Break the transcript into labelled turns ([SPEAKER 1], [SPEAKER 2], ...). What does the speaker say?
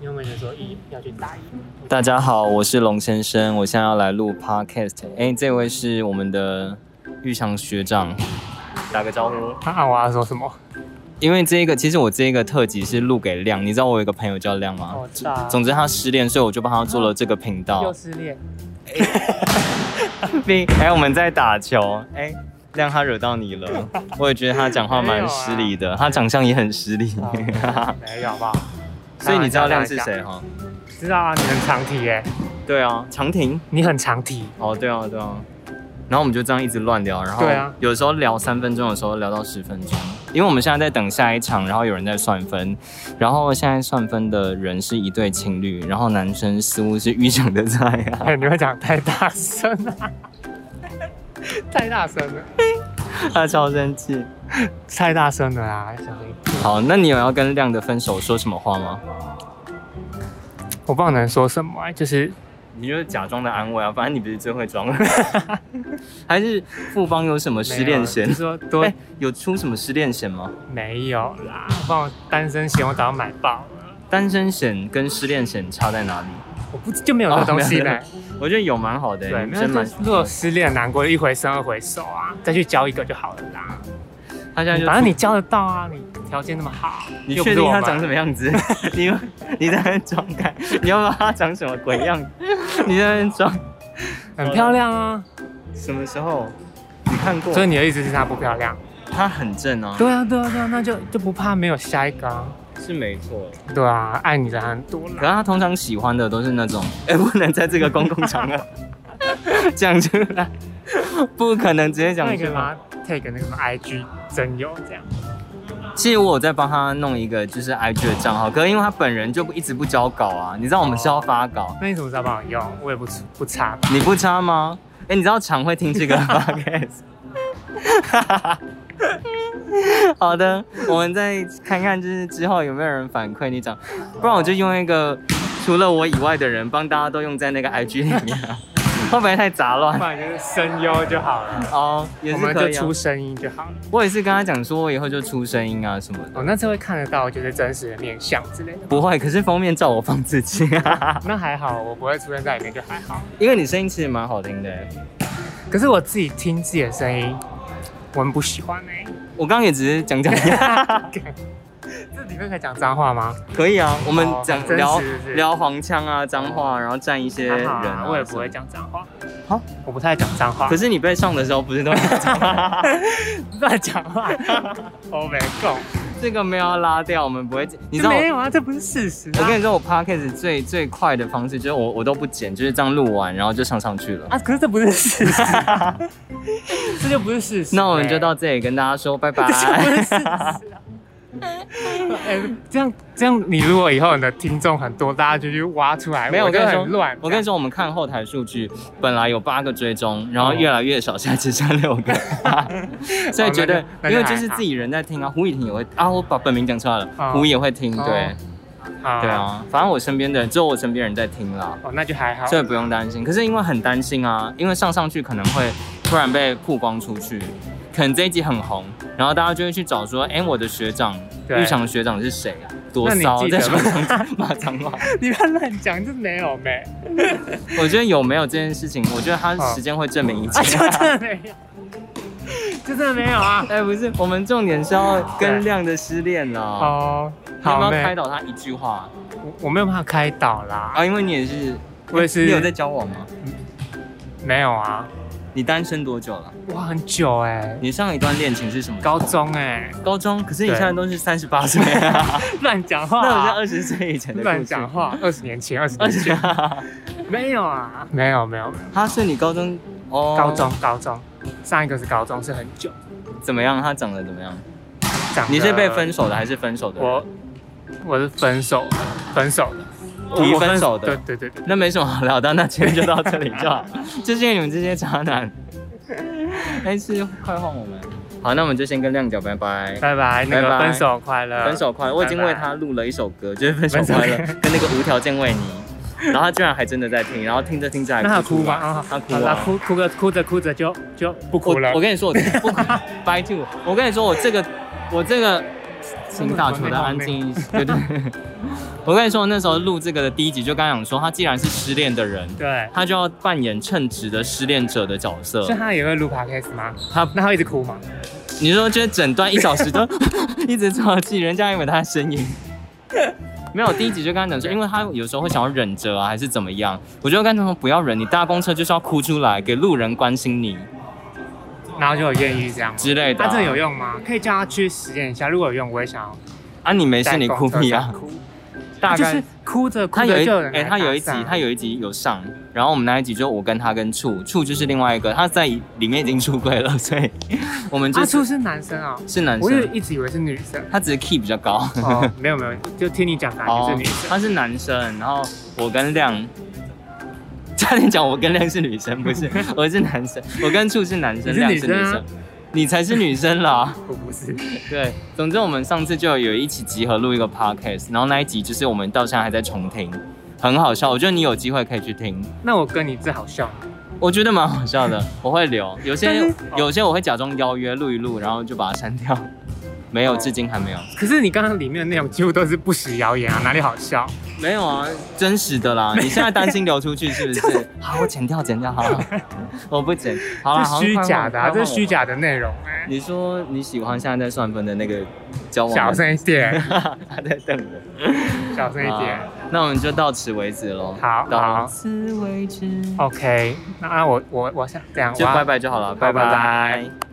[SPEAKER 1] 以就说一要去打一。
[SPEAKER 2] 大家好，我是龙先生，我现在要来录 podcast。哎，这位是我们的玉祥学长，打个招呼。
[SPEAKER 1] 啊，我要说什么？
[SPEAKER 2] 因为这个，其实我这个特辑是录给亮，你知道我有一个朋友叫亮吗？
[SPEAKER 1] 我知道。
[SPEAKER 2] 总之他失恋，所以我就帮他做了这个频道
[SPEAKER 1] 又。失恋，
[SPEAKER 2] 并哎，我们在打球，哎。亮他惹到你了，我也觉得他讲话蛮失礼的，他长相也很失礼，
[SPEAKER 1] 啊没有好不好？
[SPEAKER 2] 所以你知道亮是谁哈？
[SPEAKER 1] 知道啊，你很常提耶，
[SPEAKER 2] 对啊，长亭。
[SPEAKER 1] 你很常提，
[SPEAKER 2] 哦，对啊，对啊。然后我们就这样一直乱聊，然后
[SPEAKER 1] 对啊
[SPEAKER 2] 有时候聊三分钟，有时候聊到十分钟，因为我们现在在等下一场，然后有人在算分，然后现在算分的人是一对情侣，然后男生似乎是预想的菜啊，
[SPEAKER 1] 哎，你会讲太大声了， 太大声了，
[SPEAKER 2] 他超生气。
[SPEAKER 1] 太大声了啊！小林，
[SPEAKER 2] 好，那你有要跟亮的分手说什么话吗？
[SPEAKER 1] 我不知道能说什么、哎就是
[SPEAKER 2] 你就是假装的安慰啊，反正你不是最会装， 还是富邦有什么失
[SPEAKER 1] 没
[SPEAKER 2] 恋
[SPEAKER 1] 有就
[SPEAKER 2] 险
[SPEAKER 1] 是？说多、
[SPEAKER 2] 对，有出什么失恋险吗？
[SPEAKER 1] 没有啦，帮我单身险我早上买爆了，
[SPEAKER 2] 单身险跟失恋险差在哪里？
[SPEAKER 1] 我不就没有那个东西
[SPEAKER 2] 哦没
[SPEAKER 1] 呢、
[SPEAKER 2] 有我觉得有蛮好的、
[SPEAKER 1] 对，
[SPEAKER 2] 欸，
[SPEAKER 1] 没
[SPEAKER 2] 女
[SPEAKER 1] 有
[SPEAKER 2] 生蛮
[SPEAKER 1] 就。是如果失恋难过，一回生二回熟啊，再去交一个就好了啦。
[SPEAKER 2] 他现在就
[SPEAKER 1] 反正你交得到啊，你条件那么好，
[SPEAKER 2] 你
[SPEAKER 1] 又不
[SPEAKER 2] 确
[SPEAKER 1] 是
[SPEAKER 2] 定
[SPEAKER 1] 我
[SPEAKER 2] 他
[SPEAKER 1] 们
[SPEAKER 2] 长什么样 子？你你在那边装看，你要不要他长什么鬼样子？ 你在那边装
[SPEAKER 1] 很漂亮啊？
[SPEAKER 2] 什么时候？你看过？
[SPEAKER 1] 所以你的意思是她不漂亮？
[SPEAKER 2] 他很正啊，
[SPEAKER 1] 对啊，对啊，对啊，那就就不怕没有下一个啊？
[SPEAKER 2] 是没错。
[SPEAKER 1] 对啊，爱你的人很多
[SPEAKER 2] 可
[SPEAKER 1] 啦。
[SPEAKER 2] 是他通常喜欢的都是那种，哎、不能在这个公共场合 讲出来，不可能直接
[SPEAKER 1] 那
[SPEAKER 2] 讲
[SPEAKER 1] 你可
[SPEAKER 2] 出
[SPEAKER 1] 以
[SPEAKER 2] 来。
[SPEAKER 1] 把它 take 那个什么 IG 真友这样。
[SPEAKER 2] 其实我有在帮他弄一个就是 IG 的账号，可是因为他本人就一直不交稿啊，你知道我们是要发稿，
[SPEAKER 1] 那你怎么知道帮我用？我也不出不差吧。
[SPEAKER 2] 你不差吗？哎、你知道常会听这 个 podcast。好的，我们再看看，就是之后有没有人反馈你长，不然我就用一个除了我以外的人帮大家都用在那个 IG 里面啊，会不会太杂乱
[SPEAKER 1] 不？然就是声优就好了，
[SPEAKER 2] 哦，也
[SPEAKER 1] 我
[SPEAKER 2] 是
[SPEAKER 1] 们
[SPEAKER 2] 可
[SPEAKER 1] 就
[SPEAKER 2] 以、啊
[SPEAKER 1] 出。声音就好了。
[SPEAKER 2] 我也是跟他讲说，我以后就出声音啊什么的。
[SPEAKER 1] 哦，那这会看得到就是真实的面相之类的吗。
[SPEAKER 2] 不会，可是封面照我放 自己、
[SPEAKER 1] 那还好，我不会出现在里面就还好。
[SPEAKER 2] 因为你声音其实蛮好听的。
[SPEAKER 1] 可是我自己听自己的声音，我很不喜欢哎、
[SPEAKER 2] 我刚刚也只是 讲讲，
[SPEAKER 1] 欸。这里面可以讲脏话吗？
[SPEAKER 2] 可以啊。我们
[SPEAKER 1] 哦
[SPEAKER 2] 讲
[SPEAKER 1] 很真
[SPEAKER 2] 聊
[SPEAKER 1] 实是不是
[SPEAKER 2] 聊黄腔啊、脏话，然后站一些人
[SPEAKER 1] 还好
[SPEAKER 2] 啊
[SPEAKER 1] 啊，，我也不
[SPEAKER 2] 什么
[SPEAKER 1] 会
[SPEAKER 2] 的。
[SPEAKER 1] 讲脏话。
[SPEAKER 2] 好，
[SPEAKER 1] 我不太讲脏话，
[SPEAKER 2] 可是你被上的时候不是都会讲吗？
[SPEAKER 1] 乱讲话。我没空，
[SPEAKER 2] 这个没有要拉掉，我们不会剪。你知
[SPEAKER 1] 这
[SPEAKER 2] 道我
[SPEAKER 1] 没有啊，这不是事实
[SPEAKER 2] 我
[SPEAKER 1] 啊。
[SPEAKER 2] 跟你说，我 podcast 最最快的方式就是我我都不剪，就是这样录完，然后就上上去了。
[SPEAKER 1] 啊，可是这不是事实，啊 这就不是事实。
[SPEAKER 2] 那我们就
[SPEAKER 1] 欸。
[SPEAKER 2] 到这里跟大家说拜拜
[SPEAKER 1] 这不是事实啊。 哎、这样这样，你如果以后你的听众很多，大家就去挖出来，
[SPEAKER 2] 没有，我
[SPEAKER 1] 我就
[SPEAKER 2] 跟你
[SPEAKER 1] 很
[SPEAKER 2] 说，
[SPEAKER 1] 乱。
[SPEAKER 2] 我跟你
[SPEAKER 1] 说，
[SPEAKER 2] 说，我们看后台数据，本来有八个追
[SPEAKER 1] 哦
[SPEAKER 2] 踪，然后越来越少，现在只剩六 个，所以绝对
[SPEAKER 1] 哦，那就那就还好
[SPEAKER 2] 因为就是自己人在听啊，胡以婷也会啊，我把本名讲出来了，
[SPEAKER 1] 哦
[SPEAKER 2] 胡也会听，
[SPEAKER 1] 哦
[SPEAKER 2] 对，
[SPEAKER 1] 啊
[SPEAKER 2] 对，啊，反正我身边的人只有我身边人在听啦，
[SPEAKER 1] 哦，那就还好。
[SPEAKER 2] 所以不用担心。可是因为很担心啊，因为上上去可能会突然被曝光出去，可能这一集很红，然后大家就会去找说，哎、我的学长
[SPEAKER 1] 对
[SPEAKER 2] 玉祥学长是谁？啊多
[SPEAKER 1] 那你
[SPEAKER 2] 骚，
[SPEAKER 1] 记
[SPEAKER 2] 在
[SPEAKER 1] 得
[SPEAKER 2] 床
[SPEAKER 1] 吗
[SPEAKER 2] 上骂 脏话。
[SPEAKER 1] 你不要乱讲，这没有没，
[SPEAKER 2] 我觉得有没有这件事情，我觉得他时间会证明 一
[SPEAKER 1] 啊，就真
[SPEAKER 2] 切。
[SPEAKER 1] 的没有，就真的没有啊。
[SPEAKER 2] 哎，不是，我们重点是要跟亮的失恋了。
[SPEAKER 1] 哦，
[SPEAKER 2] 你要
[SPEAKER 1] 好
[SPEAKER 2] 不要开
[SPEAKER 1] 妹，
[SPEAKER 2] 导他一句话
[SPEAKER 1] 我我没有办法开导啦，
[SPEAKER 2] 啊？因为你也是，
[SPEAKER 1] 我也是
[SPEAKER 2] 你有在交往吗？
[SPEAKER 1] 没有啊，
[SPEAKER 2] 你单身多久了？
[SPEAKER 1] 哇，很久哎，
[SPEAKER 2] 你上一段恋情是什么？
[SPEAKER 1] 高中哎，
[SPEAKER 2] 高中，可是你
[SPEAKER 1] 对
[SPEAKER 2] 现在都是三十八岁啊，
[SPEAKER 1] 乱讲话
[SPEAKER 2] 那我是
[SPEAKER 1] 啊，
[SPEAKER 2] 二十岁以前的故事
[SPEAKER 1] 乱讲。话，二十年前，二十
[SPEAKER 2] 二
[SPEAKER 1] 年
[SPEAKER 2] 十
[SPEAKER 1] 前，， 没有啊，没有没有，没有
[SPEAKER 2] 他是你高中哦，
[SPEAKER 1] 高中高中，上一个是高中，是很久，
[SPEAKER 2] 怎么样？他长得怎么样？
[SPEAKER 1] 长得
[SPEAKER 2] 你是被分手的还是分手的？
[SPEAKER 1] 我。我是分手的，分手的，
[SPEAKER 2] 提
[SPEAKER 1] 我
[SPEAKER 2] 分手的
[SPEAKER 1] 对对对对，
[SPEAKER 2] 那没什么好聊的，那今天就到这里 就好。就是因为你们这些渣男。哎，是快换我们。好，那我们就先跟亮讲拜拜，
[SPEAKER 1] 拜拜，那
[SPEAKER 2] 拜
[SPEAKER 1] 个
[SPEAKER 2] 拜
[SPEAKER 1] 分手快乐，
[SPEAKER 2] 分手快乐。我已经
[SPEAKER 1] 拜拜
[SPEAKER 2] 为他录了一首歌，就是分手快乐
[SPEAKER 1] 分，
[SPEAKER 2] 跟那个无条件为你。然后他居然还真的在听，然后听着听着还
[SPEAKER 1] 那他
[SPEAKER 2] 出
[SPEAKER 1] 哭吗？
[SPEAKER 2] 来
[SPEAKER 1] 啊，
[SPEAKER 2] 他哭
[SPEAKER 1] 好
[SPEAKER 2] 啊
[SPEAKER 1] 啦，哭哭个哭着哭着就就不
[SPEAKER 2] 我
[SPEAKER 1] 哭了
[SPEAKER 2] 我。跟你说，我不白兔，我跟你说，我这个我这个请打球的安静一些，对对。我跟你说，那时候录这个的第一集就刚讲说，他既然是失恋的人，
[SPEAKER 1] 对，
[SPEAKER 2] 他就要扮演称职的失恋者的角色
[SPEAKER 1] 所以。他也会录 podcast 吗？
[SPEAKER 2] 他
[SPEAKER 1] 那他会一直哭吗？
[SPEAKER 2] 你说就是整段一小时都 一直喘气，人家以为他在呻吟。 没有，第一集就跟他讲说，因为他有时候会想要忍着啊，还是怎么样。我就跟他说不要忍，你搭公车就是要哭出来，给路人关心你
[SPEAKER 1] 然后就有艳遇这样吗？
[SPEAKER 2] 之类的、
[SPEAKER 1] 他
[SPEAKER 2] 啊。
[SPEAKER 1] 真的有用吗？可以叫他去实验一下，如果有用，我也想要。
[SPEAKER 2] 啊？你没事，你哭屁啊！
[SPEAKER 1] 哭，
[SPEAKER 2] 大
[SPEAKER 1] 就
[SPEAKER 2] 概、
[SPEAKER 1] 是哭着哭
[SPEAKER 2] 他有
[SPEAKER 1] 着
[SPEAKER 2] 一
[SPEAKER 1] 就有人
[SPEAKER 2] 哎、
[SPEAKER 1] 来
[SPEAKER 2] 他有一集
[SPEAKER 1] 搭讪，
[SPEAKER 2] 他有一集有上，然后我们那一集就我跟他跟处处就是另外一个，他在里面已经出柜了， 所以我们就
[SPEAKER 1] 阿
[SPEAKER 2] 是、
[SPEAKER 1] 初是男生啊，
[SPEAKER 2] 是男
[SPEAKER 1] 我也
[SPEAKER 2] 生，
[SPEAKER 1] 一直以为是女生。
[SPEAKER 2] 他只是 key 比较高。哦
[SPEAKER 1] 哦，没有没有，就听啊你讲感觉是女生。
[SPEAKER 2] 他是男生，然后我跟亮， 差点讲我跟亮是女生，不是，我是男生，我跟处是男
[SPEAKER 1] 你
[SPEAKER 2] 生，
[SPEAKER 1] 是
[SPEAKER 2] 亮
[SPEAKER 1] 女
[SPEAKER 2] 是
[SPEAKER 1] 生
[SPEAKER 2] 女
[SPEAKER 1] 啊
[SPEAKER 2] 生，你才是女 生啦。
[SPEAKER 1] 我不是，
[SPEAKER 2] 对，总之我们上次就有一起集合录一个 podcast，然后那一集就是我们到现在还在重听，很好笑，我觉得你有机会可以去听，
[SPEAKER 1] 那我跟你最好笑。
[SPEAKER 2] 我觉得蛮好笑的，我会留，有
[SPEAKER 1] 但
[SPEAKER 2] 些
[SPEAKER 1] 是
[SPEAKER 2] 有些我会假装邀约录一录，然后就把它删掉，没有，
[SPEAKER 1] 哦
[SPEAKER 2] 至今还没有。
[SPEAKER 1] 可是你刚刚里面的内容几乎都是不实谣言啊，哪里好笑？
[SPEAKER 2] 没有啊，真实的啦。你现在担心流出去 是不是？好，我剪掉，剪掉，好好，我不剪。好啦，
[SPEAKER 1] 这虚假的、啊，这是虚
[SPEAKER 2] 假。
[SPEAKER 1] 假的内容、哎
[SPEAKER 2] 你说你喜欢现在在算分的那个交往？
[SPEAKER 1] 小声一
[SPEAKER 2] 哦
[SPEAKER 1] 点，
[SPEAKER 2] 他在瞪我。
[SPEAKER 1] 小声一点。
[SPEAKER 2] 好那我们就到此为止喽。
[SPEAKER 1] 好
[SPEAKER 2] 到
[SPEAKER 1] 好
[SPEAKER 2] 此为止。
[SPEAKER 1] OK，那我我我想这样，
[SPEAKER 2] 就
[SPEAKER 1] 我要
[SPEAKER 2] 拜拜就好了，拜
[SPEAKER 1] 好拜
[SPEAKER 2] 拜
[SPEAKER 1] 拜。